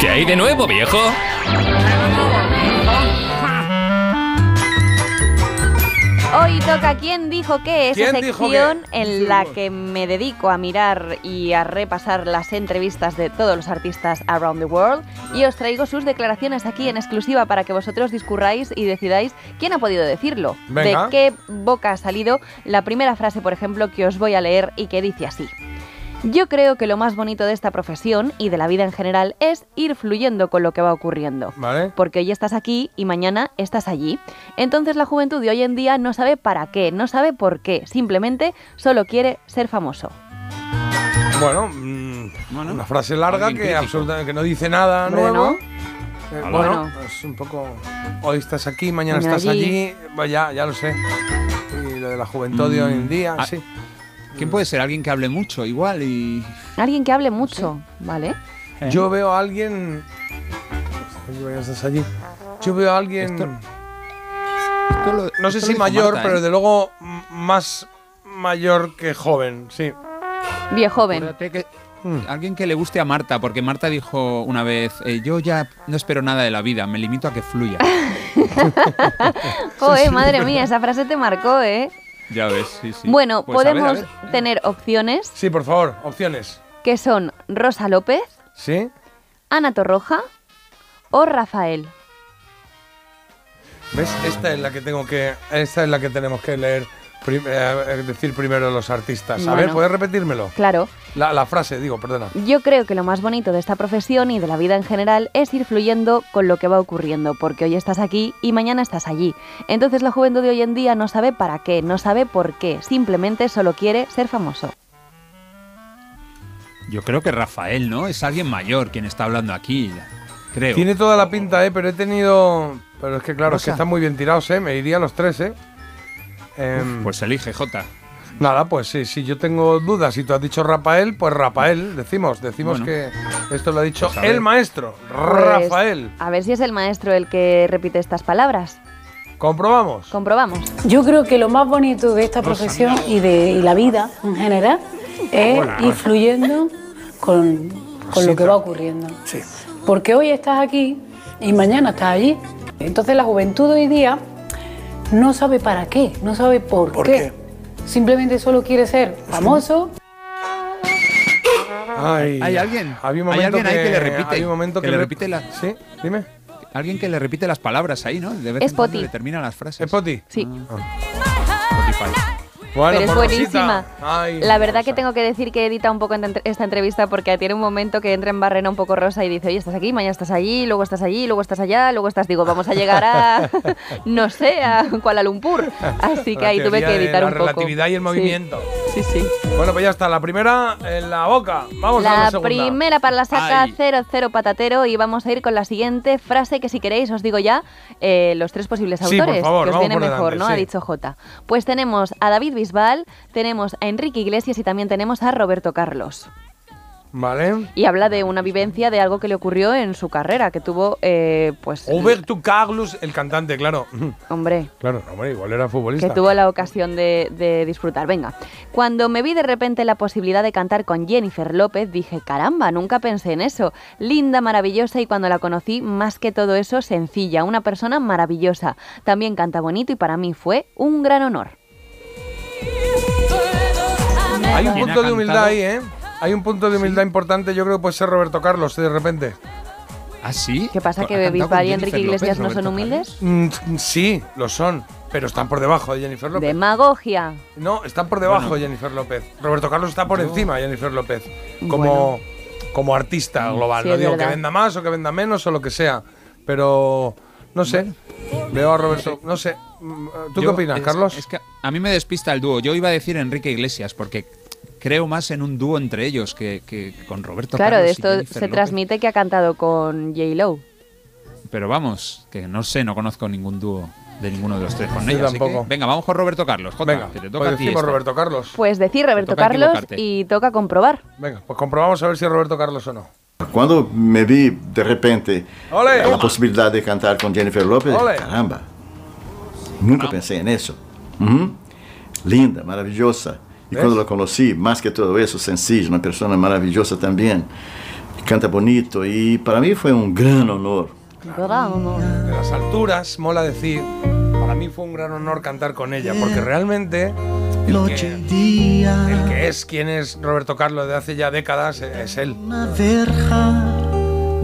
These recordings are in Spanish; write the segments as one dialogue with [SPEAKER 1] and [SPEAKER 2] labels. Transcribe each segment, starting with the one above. [SPEAKER 1] ¿Qué hay de nuevo, viejo?
[SPEAKER 2] Hoy toca quién dijo qué, esa
[SPEAKER 3] ¿Quién dijo
[SPEAKER 2] sección
[SPEAKER 3] qué?
[SPEAKER 2] en la que me dedico a mirar y a repasar las entrevistas de todos los artistas around the world y os traigo sus declaraciones aquí en exclusiva para que vosotros discurráis y decidáis quién ha podido decirlo,
[SPEAKER 3] Venga.
[SPEAKER 2] de qué boca ha salido la primera frase, por ejemplo, que os voy a leer y que dice así. Yo creo que lo más bonito de esta profesión y de la vida en general es ir fluyendo con lo que va ocurriendo.
[SPEAKER 3] Vale.
[SPEAKER 2] Porque hoy estás aquí y mañana estás allí. Entonces la juventud de hoy en día no sabe para qué, no sabe por qué, simplemente solo quiere ser famoso.
[SPEAKER 3] Bueno, mm,
[SPEAKER 4] Bueno.
[SPEAKER 3] una frase larga
[SPEAKER 4] Alguien
[SPEAKER 3] que
[SPEAKER 4] crítico.
[SPEAKER 3] absolutamente que no dice nada
[SPEAKER 2] Hombre,
[SPEAKER 3] nuevo.
[SPEAKER 2] ¿no?
[SPEAKER 3] Eh,
[SPEAKER 4] Hola.
[SPEAKER 3] bueno,
[SPEAKER 2] Bueno.
[SPEAKER 3] es un poco. Hoy estás aquí, mañana
[SPEAKER 2] Mañana
[SPEAKER 3] estás allí.
[SPEAKER 2] allí.
[SPEAKER 3] Vaya, ya lo sé. Y lo de la juventud de hoy en día,
[SPEAKER 4] Ah.
[SPEAKER 3] sí.
[SPEAKER 4] ¿Quién puede ser? Alguien que hable mucho, igual, y...
[SPEAKER 2] Alguien que hable mucho, ¿vale?
[SPEAKER 4] ¿Eh?
[SPEAKER 3] Yo veo a alguien. Estás allí. Yo veo a alguien.
[SPEAKER 4] Esto- Esto lo-
[SPEAKER 3] no sé si
[SPEAKER 4] esto lo dijo
[SPEAKER 3] mayor,
[SPEAKER 4] Marta, ¿eh?
[SPEAKER 3] pero desde luego m- más mayor que joven, sí.
[SPEAKER 2] Viejoven.
[SPEAKER 4] Acuérdate que-
[SPEAKER 3] Mm.
[SPEAKER 4] Alguien que le guste a Marta, porque Marta dijo una vez, eh, yo ya no espero nada de la vida, me limito a que fluya.
[SPEAKER 2] Joder, madre mía, esa frase te marcó, ¿eh?
[SPEAKER 4] ya ves, sí, sí.
[SPEAKER 2] Bueno,
[SPEAKER 4] Pues a ver, a
[SPEAKER 2] podemos
[SPEAKER 4] ver.
[SPEAKER 2] tener opciones
[SPEAKER 3] Sí, por favor, opciones.
[SPEAKER 2] que son Rosa López,
[SPEAKER 3] ¿Sí?
[SPEAKER 2] Ana Torroja o Rafael.
[SPEAKER 3] ¿Ves? Esta es la que tengo que. Esta es la que tenemos que leer. prim- eh, eh, decir primero los artistas. A ver,
[SPEAKER 2] Bueno.
[SPEAKER 3] ¿puedes repetírmelo?
[SPEAKER 2] Claro,
[SPEAKER 3] La, la frase, digo, perdona.
[SPEAKER 2] Yo creo que lo más bonito de esta profesión y de la vida en general es ir fluyendo con lo que va ocurriendo, porque hoy estás aquí y mañana estás allí. Entonces la juventud de hoy en día no sabe para qué, no sabe por qué, simplemente solo quiere ser famoso.
[SPEAKER 4] Yo creo que Rafael, ¿no? Es alguien mayor quien está hablando aquí, creo.
[SPEAKER 3] Tiene toda la pinta, eh, pero he tenido. Pero es que claro, es que
[SPEAKER 4] Rosa.
[SPEAKER 3] están muy bien tirados, eh. Me iría a los tres, eh. Em,
[SPEAKER 4] Pues elige, Jota.
[SPEAKER 3] Nada, pues sí, si yo tengo dudas, si tú has dicho Rafael, pues Rafael, decimos, decimos
[SPEAKER 4] Bueno.
[SPEAKER 3] que esto lo ha dicho
[SPEAKER 4] Pues a ver.
[SPEAKER 3] el maestro,
[SPEAKER 2] Pues,
[SPEAKER 3] Rafael.
[SPEAKER 2] a ver si es el maestro el que repite estas palabras.
[SPEAKER 3] Comprobamos.
[SPEAKER 2] Comprobamos.
[SPEAKER 5] Yo creo que lo más bonito de esta profesión y de y la vida en general es ir fluyendo con, con lo que va ocurriendo. Porque hoy estás aquí y mañana estás allí. Entonces la juventud hoy día no sabe para qué, no sabe por,
[SPEAKER 6] ¿Por
[SPEAKER 5] qué.
[SPEAKER 6] qué?
[SPEAKER 5] Simplemente solo quiere ser famoso.
[SPEAKER 3] Ay,
[SPEAKER 4] ¿Hay alguien?
[SPEAKER 3] Había un
[SPEAKER 4] ¿Hay
[SPEAKER 3] momento
[SPEAKER 4] alguien ahí que le repite?
[SPEAKER 3] había un momento que,
[SPEAKER 4] Que le
[SPEAKER 3] me-
[SPEAKER 4] repite la-
[SPEAKER 3] Sí, dime.
[SPEAKER 4] Alguien que le repite las palabras ahí, ¿no? De vez
[SPEAKER 2] Es
[SPEAKER 4] en cuando
[SPEAKER 2] Poti.
[SPEAKER 4] le termina las frases.
[SPEAKER 3] ¿Es Poti?
[SPEAKER 2] Sí.
[SPEAKER 4] Spotify.
[SPEAKER 3] Bueno,
[SPEAKER 2] Pero es
[SPEAKER 3] por Rosita.
[SPEAKER 2] buenísima.
[SPEAKER 3] Ay,
[SPEAKER 2] la verdad que
[SPEAKER 3] Rosa.
[SPEAKER 2] tengo que decir que edita un poco en entre- esta entrevista porque tiene un momento que entra en barrena un poco rosa y dice, oye, estás aquí, mañana estás allí, luego estás allí, luego estás allá, luego estás, digo, vamos a llegar a, no sé, a Kuala Lumpur. Así que
[SPEAKER 3] La
[SPEAKER 2] ahí tuve
[SPEAKER 3] teoría
[SPEAKER 2] que
[SPEAKER 3] de
[SPEAKER 2] editar un poco.
[SPEAKER 3] La relatividad y el
[SPEAKER 2] Sí.
[SPEAKER 3] movimiento.
[SPEAKER 2] Sí, sí.
[SPEAKER 3] Bueno, pues ya está, la primera en la boca. Vamos a la
[SPEAKER 2] La
[SPEAKER 3] segunda.
[SPEAKER 2] primera para la saca
[SPEAKER 4] Ay.
[SPEAKER 2] 00 patatero y vamos a ir con la siguiente frase que si queréis os digo ya eh, los tres posibles
[SPEAKER 3] Sí, por
[SPEAKER 2] autores
[SPEAKER 3] favor,
[SPEAKER 2] que os
[SPEAKER 3] vamos
[SPEAKER 2] viene
[SPEAKER 3] por
[SPEAKER 2] mejor,
[SPEAKER 3] delante,
[SPEAKER 2] ¿no?
[SPEAKER 3] sí.
[SPEAKER 2] Ha dicho J. Pues tenemos a David Bisbal, tenemos a Enrique Iglesias y también tenemos a Roberto Carlos.
[SPEAKER 3] Vale.
[SPEAKER 2] Y habla de una vivencia de algo que le ocurrió en su carrera, que tuvo eh, pues
[SPEAKER 3] Roberto Carlos, el cantante, claro.
[SPEAKER 2] hombre,
[SPEAKER 3] Claro, no, hombre, igual era futbolista.
[SPEAKER 2] que tuvo la ocasión de, de disfrutar. Venga, cuando me vi de repente la posibilidad de cantar con Jennifer López, dije, caramba, nunca pensé en eso. Linda, maravillosa y cuando la conocí, más que todo eso, sencilla, una persona maravillosa. También canta bonito y para mí fue un gran honor.
[SPEAKER 3] Hay un
[SPEAKER 4] ¿Quién
[SPEAKER 3] punto
[SPEAKER 4] ha
[SPEAKER 3] de humildad
[SPEAKER 4] cantado?
[SPEAKER 3] ahí, ¿eh? Hay un punto de humildad importante, yo creo que puede ser Roberto Carlos, ¿eh? de repente.
[SPEAKER 4] ¿Ah, sí?
[SPEAKER 2] ¿Qué pasa,
[SPEAKER 4] ¿Ha
[SPEAKER 2] que
[SPEAKER 4] cantado
[SPEAKER 2] Bisbal
[SPEAKER 4] con
[SPEAKER 2] y Enrique
[SPEAKER 4] Jennifer
[SPEAKER 2] Iglesias no
[SPEAKER 4] Roberto
[SPEAKER 2] son humildes?
[SPEAKER 4] Carlos?
[SPEAKER 3] Mm, sí, lo son, pero están por debajo de Jennifer López.
[SPEAKER 2] Demagogia.
[SPEAKER 3] No, están por debajo de Jennifer López. Roberto Carlos está por encima de Jennifer López. Como, como artista global.
[SPEAKER 2] Mm, sí,
[SPEAKER 3] no
[SPEAKER 2] es
[SPEAKER 3] digo que
[SPEAKER 2] verdad.
[SPEAKER 3] venda más o que venda menos o lo que sea. Pero no sé. Veo a Roberto. No sé. Mm, ¿Tú qué
[SPEAKER 4] Yo-
[SPEAKER 3] opinas,
[SPEAKER 4] es-
[SPEAKER 3] Carlos?
[SPEAKER 4] Es que a mí me despista el dúo. Yo iba a decir Enrique Iglesias, porque creo más en un dúo entre ellos que, que con Roberto
[SPEAKER 2] Claro,
[SPEAKER 4] Carlos.
[SPEAKER 2] de
[SPEAKER 4] y
[SPEAKER 2] esto
[SPEAKER 4] Jennifer
[SPEAKER 2] se
[SPEAKER 4] López.
[SPEAKER 2] transmite que ha cantado con J. Lo.
[SPEAKER 4] Pero vamos, que no sé, no conozco ningún dúo de ninguno de los tres con
[SPEAKER 3] Yo
[SPEAKER 4] ella. así que-
[SPEAKER 3] tampoco.
[SPEAKER 4] venga, vamos con Roberto Carlos. Jota,
[SPEAKER 3] Venga,
[SPEAKER 4] que te toca
[SPEAKER 3] pues
[SPEAKER 4] a ti
[SPEAKER 3] decimos
[SPEAKER 4] esta.
[SPEAKER 3] Roberto Carlos.
[SPEAKER 2] Pues decir Roberto
[SPEAKER 4] toca
[SPEAKER 2] Carlos
[SPEAKER 4] equivocarte.
[SPEAKER 2] y toca comprobar.
[SPEAKER 3] Venga, pues comprobamos a ver si es Roberto Carlos o no.
[SPEAKER 7] Cuando me vi de repente
[SPEAKER 3] ¡Ole!
[SPEAKER 7] la posibilidad de cantar con Jennifer López,
[SPEAKER 3] ¡Ole!
[SPEAKER 7] caramba, nunca pensé en eso. Ujú. Linda, maravillosa. Y
[SPEAKER 3] ¿Ves?
[SPEAKER 7] cuando la conocí, más que todo eso, sencilla, una persona maravillosa también. canta bonito y para mí fue un gran honor.
[SPEAKER 2] ¿Verdad o no?
[SPEAKER 3] De las alturas, mola decir, para mí fue un gran honor cantar con ella, porque realmente el que, el que es quien es Roberto Carlos de hace ya décadas eh, es él.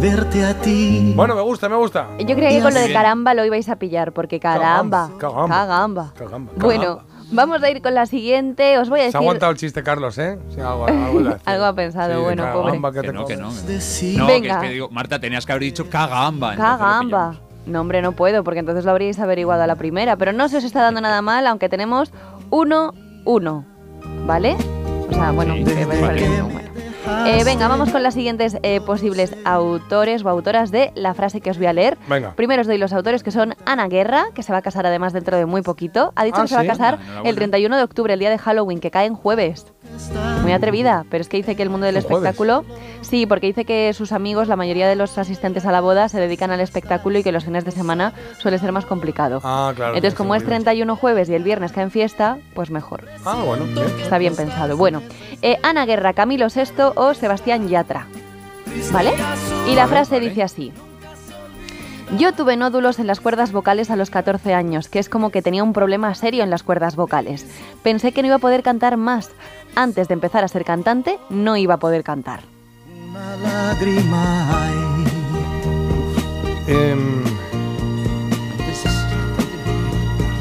[SPEAKER 1] verte a ti.
[SPEAKER 3] Bueno, me gusta, me gusta.
[SPEAKER 2] Yo creía que con lo de caramba lo ibais a pillar, porque caramba.
[SPEAKER 3] Caramba,
[SPEAKER 2] Caramba.
[SPEAKER 3] caramba, caramba.
[SPEAKER 2] Bueno, vamos a ir con la siguiente. Os voy a
[SPEAKER 3] Se
[SPEAKER 2] decir.
[SPEAKER 3] ha aguantado el chiste, Carlos, ¿eh? Sí, algo, algo le hacía.
[SPEAKER 2] Algo ha pensado,
[SPEAKER 3] Sí,
[SPEAKER 2] bueno,
[SPEAKER 3] claro,
[SPEAKER 2] pobre.
[SPEAKER 3] gamba, que
[SPEAKER 4] Que
[SPEAKER 3] te
[SPEAKER 4] no, que no.
[SPEAKER 3] comes.
[SPEAKER 4] No, que es
[SPEAKER 2] Venga.
[SPEAKER 4] que digo, Marta, tenías que haber dicho cagamba. entonces lo
[SPEAKER 2] Cagamba. No, hombre, no puedo, porque entonces lo habríais averiguado a la primera. Pero no se os está dando nada mal, aunque tenemos 1-1. ¿Vale? O sea, bueno,
[SPEAKER 4] Sí,
[SPEAKER 2] que vais
[SPEAKER 4] vale.
[SPEAKER 2] perdiendo, bueno. Eh, venga, vamos con las siguientes eh, posibles autores o autoras de la frase que os voy a leer.
[SPEAKER 3] Venga.
[SPEAKER 2] Primero os doy los autores, que son Ana Guerra, que se va a casar además dentro de muy poquito. Ha dicho
[SPEAKER 3] Ah,
[SPEAKER 2] que se va a
[SPEAKER 3] sí.
[SPEAKER 2] casar
[SPEAKER 4] Ah, enhorabuena.
[SPEAKER 2] el 31 de octubre, el día de Halloween, que cae en jueves. Muy atrevida, pero es que dice que el mundo del
[SPEAKER 3] ¿Un jueves?
[SPEAKER 2] espectáculo... Sí, porque dice que sus amigos, la mayoría de los asistentes a la boda, se dedican al espectáculo y que los fines de semana suele ser más complicado.
[SPEAKER 3] Ah, claro.
[SPEAKER 2] Entonces,
[SPEAKER 3] sí,
[SPEAKER 2] como
[SPEAKER 3] sí,
[SPEAKER 2] es
[SPEAKER 3] sí.
[SPEAKER 2] 31 jueves y el viernes cae en fiesta, pues mejor.
[SPEAKER 3] Ah, bueno. bien.
[SPEAKER 2] Está bien pensado. Bueno, eh, Ana Guerra, Camilo VI o Sebastián Yatra. ¿Vale? Y la frase dice así. Yo tuve nódulos en las cuerdas vocales a los 14 años, que es como que tenía un problema serio en las cuerdas vocales. Pensé que no iba a poder cantar más. Antes de empezar a ser cantante, no iba a poder cantar.
[SPEAKER 1] Una lágrima hay.
[SPEAKER 3] Em,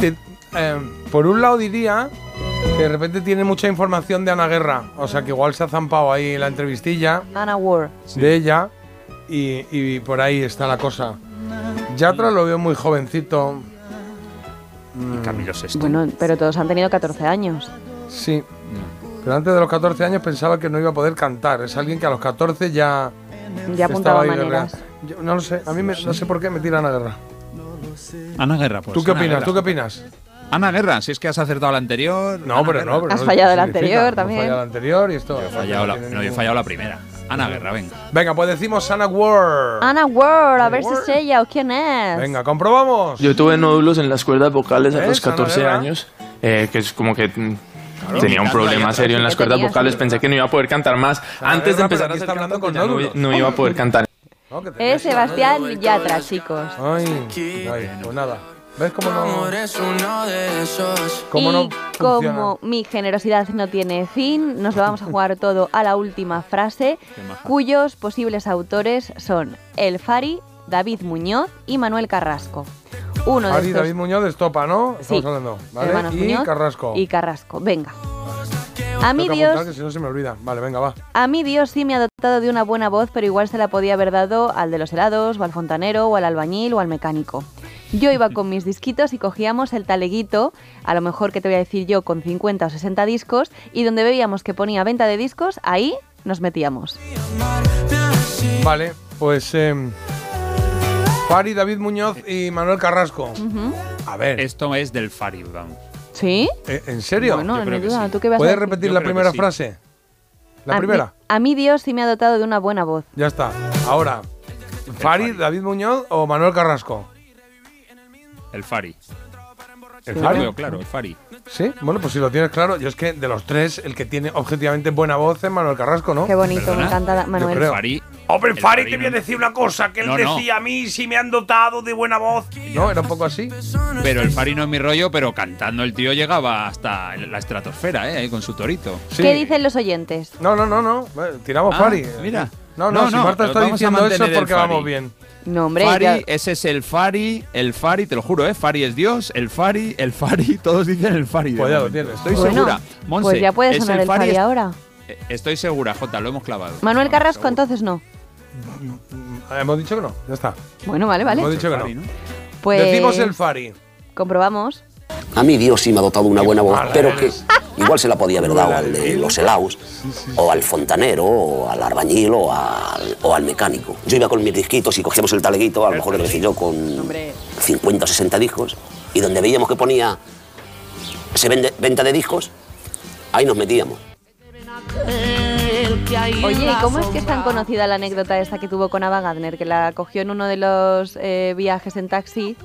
[SPEAKER 3] te- em, por un lado diría que de repente tiene mucha información de Ana Guerra. O sea, que igual se ha zampado ahí la entrevistilla
[SPEAKER 2] Ana Ward.
[SPEAKER 3] de ella y, y por ahí está la cosa. Yatra lo veo muy jovencito.
[SPEAKER 6] Y Camilo Sesto.
[SPEAKER 2] Bueno, pero todos han tenido 14 años.
[SPEAKER 3] Sí. Pero antes de los 14 años pensaba que no iba a poder cantar. Es alguien que a los 14 ya...
[SPEAKER 2] Ya
[SPEAKER 3] estaba
[SPEAKER 2] apuntaba
[SPEAKER 3] ahí
[SPEAKER 2] maneras.
[SPEAKER 3] guerreando. Yo no lo sé. A mí me- no sé por qué me tira Ana Guerra.
[SPEAKER 4] pillo. Ana Guerra, pues.
[SPEAKER 3] ¿Tú qué
[SPEAKER 4] Ana
[SPEAKER 3] opinas?
[SPEAKER 4] Guerra.
[SPEAKER 3] ¿Tú qué opinas?
[SPEAKER 4] Ana Guerra, si es que has acertado la anterior.
[SPEAKER 3] No,
[SPEAKER 4] Ana
[SPEAKER 3] pero
[SPEAKER 4] Guerra.
[SPEAKER 3] no. Pero
[SPEAKER 2] Has
[SPEAKER 3] no
[SPEAKER 2] fallado el
[SPEAKER 3] significa.
[SPEAKER 2] anterior
[SPEAKER 3] No
[SPEAKER 2] también.
[SPEAKER 3] He fallado el anterior y esto.
[SPEAKER 4] He fallado la-
[SPEAKER 3] no tiene
[SPEAKER 4] no, yo he
[SPEAKER 3] ningún-
[SPEAKER 4] fallado la primera. Ana Guerra, venga.
[SPEAKER 3] Venga, pues decimos Ana Ward.
[SPEAKER 2] Ana Ward, a ver si
[SPEAKER 3] Ward.
[SPEAKER 2] es ella o quién es.
[SPEAKER 3] Venga, comprobamos.
[SPEAKER 8] Yo tuve nódulos en las cuerdas vocales a
[SPEAKER 3] ¿Ves?
[SPEAKER 8] los 14
[SPEAKER 3] Ana Guerra.
[SPEAKER 8] años, eh, que es como que mm, tenía
[SPEAKER 4] Imitando
[SPEAKER 8] un
[SPEAKER 4] ahí
[SPEAKER 8] problema
[SPEAKER 4] atrás.
[SPEAKER 8] serio en las
[SPEAKER 2] Sí,
[SPEAKER 8] cuerdas
[SPEAKER 2] tenías,
[SPEAKER 8] vocales.
[SPEAKER 2] sí,
[SPEAKER 8] Pensé que no iba a poder cantar más.
[SPEAKER 3] Ana
[SPEAKER 8] Antes de
[SPEAKER 3] Guerra, pero
[SPEAKER 8] empezar
[SPEAKER 3] aquí
[SPEAKER 8] a hacer
[SPEAKER 3] está hablando
[SPEAKER 8] cantante,
[SPEAKER 3] con
[SPEAKER 8] ya no,
[SPEAKER 3] nódulos.
[SPEAKER 8] no iba a poder cantar.
[SPEAKER 3] No, que te-
[SPEAKER 2] Es Sebastián Yatra, chicos.
[SPEAKER 3] Ay, ay, pues nada. ¿Ves cómo no?
[SPEAKER 2] y
[SPEAKER 3] Cómo no funciona?
[SPEAKER 2] como mi generosidad no tiene fin, nos lo vamos a jugar todo a la última frase, cuyos posibles autores son El Fari, David Muñoz y Manuel Carrasco. Uno
[SPEAKER 3] Ari
[SPEAKER 2] de estos,
[SPEAKER 3] David Muñoz de Estopa, ¿no?
[SPEAKER 2] sí,
[SPEAKER 3] Estamos hablando. ¿vale?
[SPEAKER 2] hermanos
[SPEAKER 3] Y
[SPEAKER 2] Muñoz
[SPEAKER 3] Carrasco.
[SPEAKER 2] Y Carrasco, venga. A
[SPEAKER 3] Tengo
[SPEAKER 2] mí
[SPEAKER 3] que
[SPEAKER 2] Dios
[SPEAKER 3] apuntar que si no se me olvida. Vale, venga, va.
[SPEAKER 2] A mí Dios sí me ha dotado de una buena voz, pero igual se la podía haber dado al de los helados, o al fontanero, o al albañil, o al mecánico. Yo iba con mis disquitos y cogíamos el taleguito, a lo mejor que te voy a decir yo, con 50 o 60 discos, y donde veíamos que ponía venta de discos, ahí nos metíamos.
[SPEAKER 3] Vale, pues. Eh, Fari, David Muñoz y Manuel Carrasco. A ver,
[SPEAKER 4] Esto es del Farid, vamos.
[SPEAKER 2] ¿Sí?
[SPEAKER 3] eh, ¿en serio?
[SPEAKER 2] bueno,
[SPEAKER 4] Yo
[SPEAKER 2] no
[SPEAKER 4] creo
[SPEAKER 2] hay
[SPEAKER 4] que
[SPEAKER 2] duda.
[SPEAKER 4] sí.
[SPEAKER 2] ¿Tú qué vas a
[SPEAKER 3] ¿Puedes
[SPEAKER 2] decir?
[SPEAKER 3] repetir
[SPEAKER 4] Yo
[SPEAKER 3] la
[SPEAKER 4] creo que
[SPEAKER 3] primera
[SPEAKER 4] sí.
[SPEAKER 3] frase? La
[SPEAKER 2] A
[SPEAKER 3] primera.
[SPEAKER 2] mí- a mí Dios sí me ha dotado de una buena voz.
[SPEAKER 3] Ya está. Ahora, Fari, David Muñoz o Manuel Carrasco.
[SPEAKER 4] El Fari.
[SPEAKER 3] ¿El
[SPEAKER 4] Yo
[SPEAKER 3] Fari?
[SPEAKER 4] lo veo claro, el Fari.
[SPEAKER 3] Sí, bueno, pues si lo tienes claro, yo es que de los tres, el que tiene objetivamente buena voz es Manuel Carrasco, ¿no?
[SPEAKER 2] Qué bonito, me
[SPEAKER 4] ¿Perdona?
[SPEAKER 2] encanta da- Manuel.
[SPEAKER 3] creo.
[SPEAKER 4] Fari.
[SPEAKER 3] Hombre,
[SPEAKER 4] el
[SPEAKER 3] Fari
[SPEAKER 4] Fari
[SPEAKER 3] te
[SPEAKER 4] no-
[SPEAKER 3] voy a decir una cosa, que él
[SPEAKER 4] No, no.
[SPEAKER 3] decía a mí si me han dotado de buena voz. No, era un poco así.
[SPEAKER 4] Pero el Fari no es mi rollo, pero cantando el tío llegaba hasta la estratosfera, ¿eh? Ahí con su torito.
[SPEAKER 3] Sí.
[SPEAKER 2] ¿Qué dicen los oyentes?
[SPEAKER 3] No, no, no, no. Bueno, Tiramos
[SPEAKER 4] Ah,
[SPEAKER 3] Fari.
[SPEAKER 4] mira.
[SPEAKER 3] No, no,
[SPEAKER 4] No,
[SPEAKER 3] si
[SPEAKER 4] no,
[SPEAKER 3] Marta
[SPEAKER 4] pero
[SPEAKER 3] está
[SPEAKER 4] vamos a
[SPEAKER 3] diciendo eso es
[SPEAKER 4] mantener el
[SPEAKER 3] porque vamos
[SPEAKER 4] Fari.
[SPEAKER 3] bien.
[SPEAKER 2] No, hombre,
[SPEAKER 4] Fari,
[SPEAKER 3] eh,
[SPEAKER 2] ya-
[SPEAKER 4] ese es el Fari, el Fari, te lo juro, ¿eh? Fari es Dios, el Fari, el Fari, todos dicen el Fari. de
[SPEAKER 3] Pues ya lo
[SPEAKER 4] momento.
[SPEAKER 3] tienes.
[SPEAKER 4] Estoy
[SPEAKER 2] Bueno,
[SPEAKER 4] segura. Monse,
[SPEAKER 2] pues ya puede
[SPEAKER 4] es
[SPEAKER 2] sonar el Fari
[SPEAKER 4] es-
[SPEAKER 2] ahora.
[SPEAKER 4] eh, Estoy segura, Jota, lo hemos clavado.
[SPEAKER 2] Manuel
[SPEAKER 4] No,
[SPEAKER 2] Carrasco,
[SPEAKER 4] seguro.
[SPEAKER 2] entonces no.
[SPEAKER 3] Eh, Hemos dicho que no, ya está.
[SPEAKER 2] Bueno, vale,
[SPEAKER 3] Hemos
[SPEAKER 2] vale.
[SPEAKER 3] dicho que no.
[SPEAKER 4] Fari, ¿no?
[SPEAKER 2] Pues
[SPEAKER 3] Decimos el Fari.
[SPEAKER 2] comprobamos.
[SPEAKER 9] A mí Dios sí me ha dotado de una buena voz,
[SPEAKER 3] mala
[SPEAKER 9] pero que
[SPEAKER 3] eres.
[SPEAKER 9] igual se la podía haber dado al de los helados, o al fontanero, o al arbañil, o al, o al mecánico. Yo iba con mis disquitos y cogíamos el taleguito, a lo mejor lo decía yo, con 50 o 60 discos, y donde veíamos que ponía se vende, venta de discos, ahí nos metíamos.
[SPEAKER 2] Oye, ¿y cómo es que es tan conocida la anécdota esta que tuvo con Ava Gardner, que la cogió en uno de los eh, viajes en taxi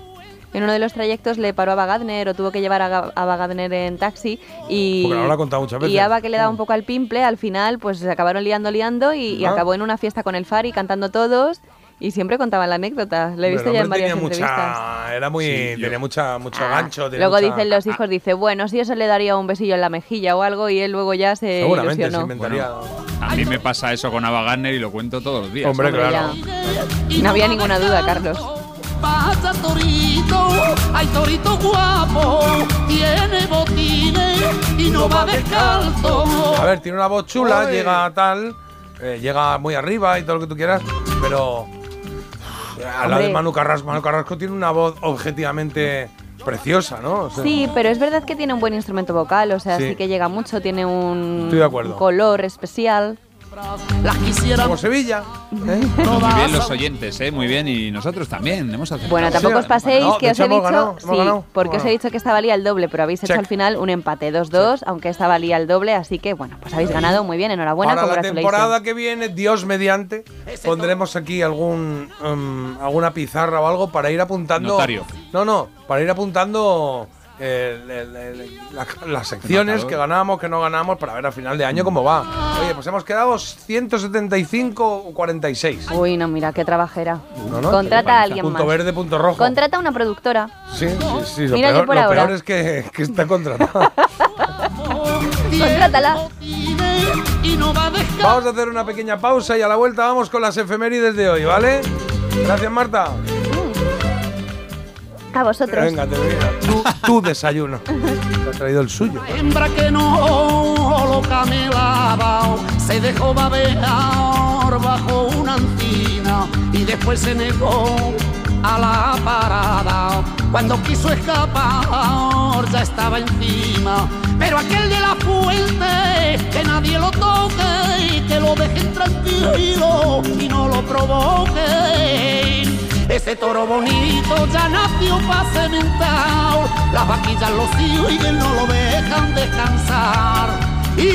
[SPEAKER 2] En uno de los trayectos le paró a Bagadner o tuvo que llevar a, Ga- a Bagadner en taxi y,
[SPEAKER 3] Porque lo habrá contado muchas veces.
[SPEAKER 2] y Ava que le daba un poco al pimple, al final pues se acabaron liando, liando y, y
[SPEAKER 3] Ah.
[SPEAKER 2] acabó en una fiesta con el Fari cantando todos y siempre contaba la anécdota. Le he visto
[SPEAKER 3] Pero el
[SPEAKER 2] ya en
[SPEAKER 3] hombre
[SPEAKER 2] varias
[SPEAKER 3] tenía
[SPEAKER 2] entrevistas.
[SPEAKER 3] mucha, era muy, tenía mucha, mucho gancho. tenía
[SPEAKER 2] Ah, Luego
[SPEAKER 3] mucha-
[SPEAKER 2] dicen los hijos, dice, bueno, si eso le daría un besillo en la mejilla o algo y él luego ya se
[SPEAKER 3] Seguramente se
[SPEAKER 2] ilusionó.
[SPEAKER 3] inventaría.
[SPEAKER 4] A mí me pasa eso con Ava Gardner y lo cuento todos los días.
[SPEAKER 3] Hombre,
[SPEAKER 2] Hombre,
[SPEAKER 3] claro.
[SPEAKER 2] ya. No había ninguna duda, Carlos.
[SPEAKER 10] Pasa torito, ay torito guapo, tiene botines y no va descalzo.
[SPEAKER 3] A ver, tiene una voz chula,
[SPEAKER 10] Oye.
[SPEAKER 3] llega a tal, eh, llega muy arriba y todo lo que tú quieras, pero eh, a la de
[SPEAKER 2] Hombre.
[SPEAKER 3] Manu Carrasco, Manu Carrasco tiene una voz objetivamente preciosa, ¿no? O sea,
[SPEAKER 2] Sí, pero es verdad que tiene un buen instrumento vocal, o sea,
[SPEAKER 3] Sí.
[SPEAKER 2] sí, que llega mucho, tiene un,
[SPEAKER 3] Estoy de acuerdo.
[SPEAKER 2] color especial.
[SPEAKER 10] Las quisiera.
[SPEAKER 3] Como Sevilla. ¿eh?
[SPEAKER 4] Muy bien los oyentes, ¿eh? Muy bien. Y nosotros también. Hemos aceptado.
[SPEAKER 2] Bueno, tampoco os paséis
[SPEAKER 4] No, de
[SPEAKER 2] que os
[SPEAKER 4] hecho,
[SPEAKER 2] he
[SPEAKER 4] hemos
[SPEAKER 2] dicho,
[SPEAKER 4] ganado, hemos
[SPEAKER 2] sí,
[SPEAKER 4] ganado.
[SPEAKER 2] porque os he
[SPEAKER 4] Bueno.
[SPEAKER 2] dicho que esta valía el doble, pero habéis hecho
[SPEAKER 4] Check.
[SPEAKER 2] al final un empate 2-2, aunque esta valía el doble, así que bueno, pues habéis ganado muy bien, enhorabuena,
[SPEAKER 3] Para la
[SPEAKER 2] congratulations.
[SPEAKER 3] temporada que viene, Dios mediante, pondremos aquí algún em, alguna pizarra o algo para ir apuntando.
[SPEAKER 4] Notario.
[SPEAKER 3] No, no, para ir apuntando eh, el- el- el- la- las secciones
[SPEAKER 4] Anotador.
[SPEAKER 3] que ganamos, que no ganamos, para ver a final de año cómo va. Oye, pues hemos quedado 175 o 46.
[SPEAKER 2] Uy, no, mira, qué trabajera.
[SPEAKER 3] No, no,
[SPEAKER 2] Contrata a alguien
[SPEAKER 3] punto
[SPEAKER 2] más.
[SPEAKER 3] verde, punto rojo.
[SPEAKER 2] Contrata a una productora.
[SPEAKER 3] sí, sí, sí, Lo,
[SPEAKER 2] Mira yo
[SPEAKER 3] peor,
[SPEAKER 2] por
[SPEAKER 3] lo
[SPEAKER 2] ahora.
[SPEAKER 3] peor es que, que está contratado.
[SPEAKER 2] Contrátala.
[SPEAKER 3] Vamos a hacer una pequeña pausa y a la vuelta vamos con las efemérides de hoy, ¿vale? Gracias, Marta.
[SPEAKER 2] A vosotros.
[SPEAKER 3] Venga, te Tu, tu desayuno. Te has traído el suyo.
[SPEAKER 10] Hembra que no lo camelaba, se dejó babear bajo una antina y después se negó a la parada. Cuando quiso escapar ya estaba encima, pero aquel de la fuente que nadie lo toque y que lo dejen tranquilo y no lo provoquen. Ese toro bonito ya nació pa' cementar Las vaquillas lo siguen, no lo dejan descansar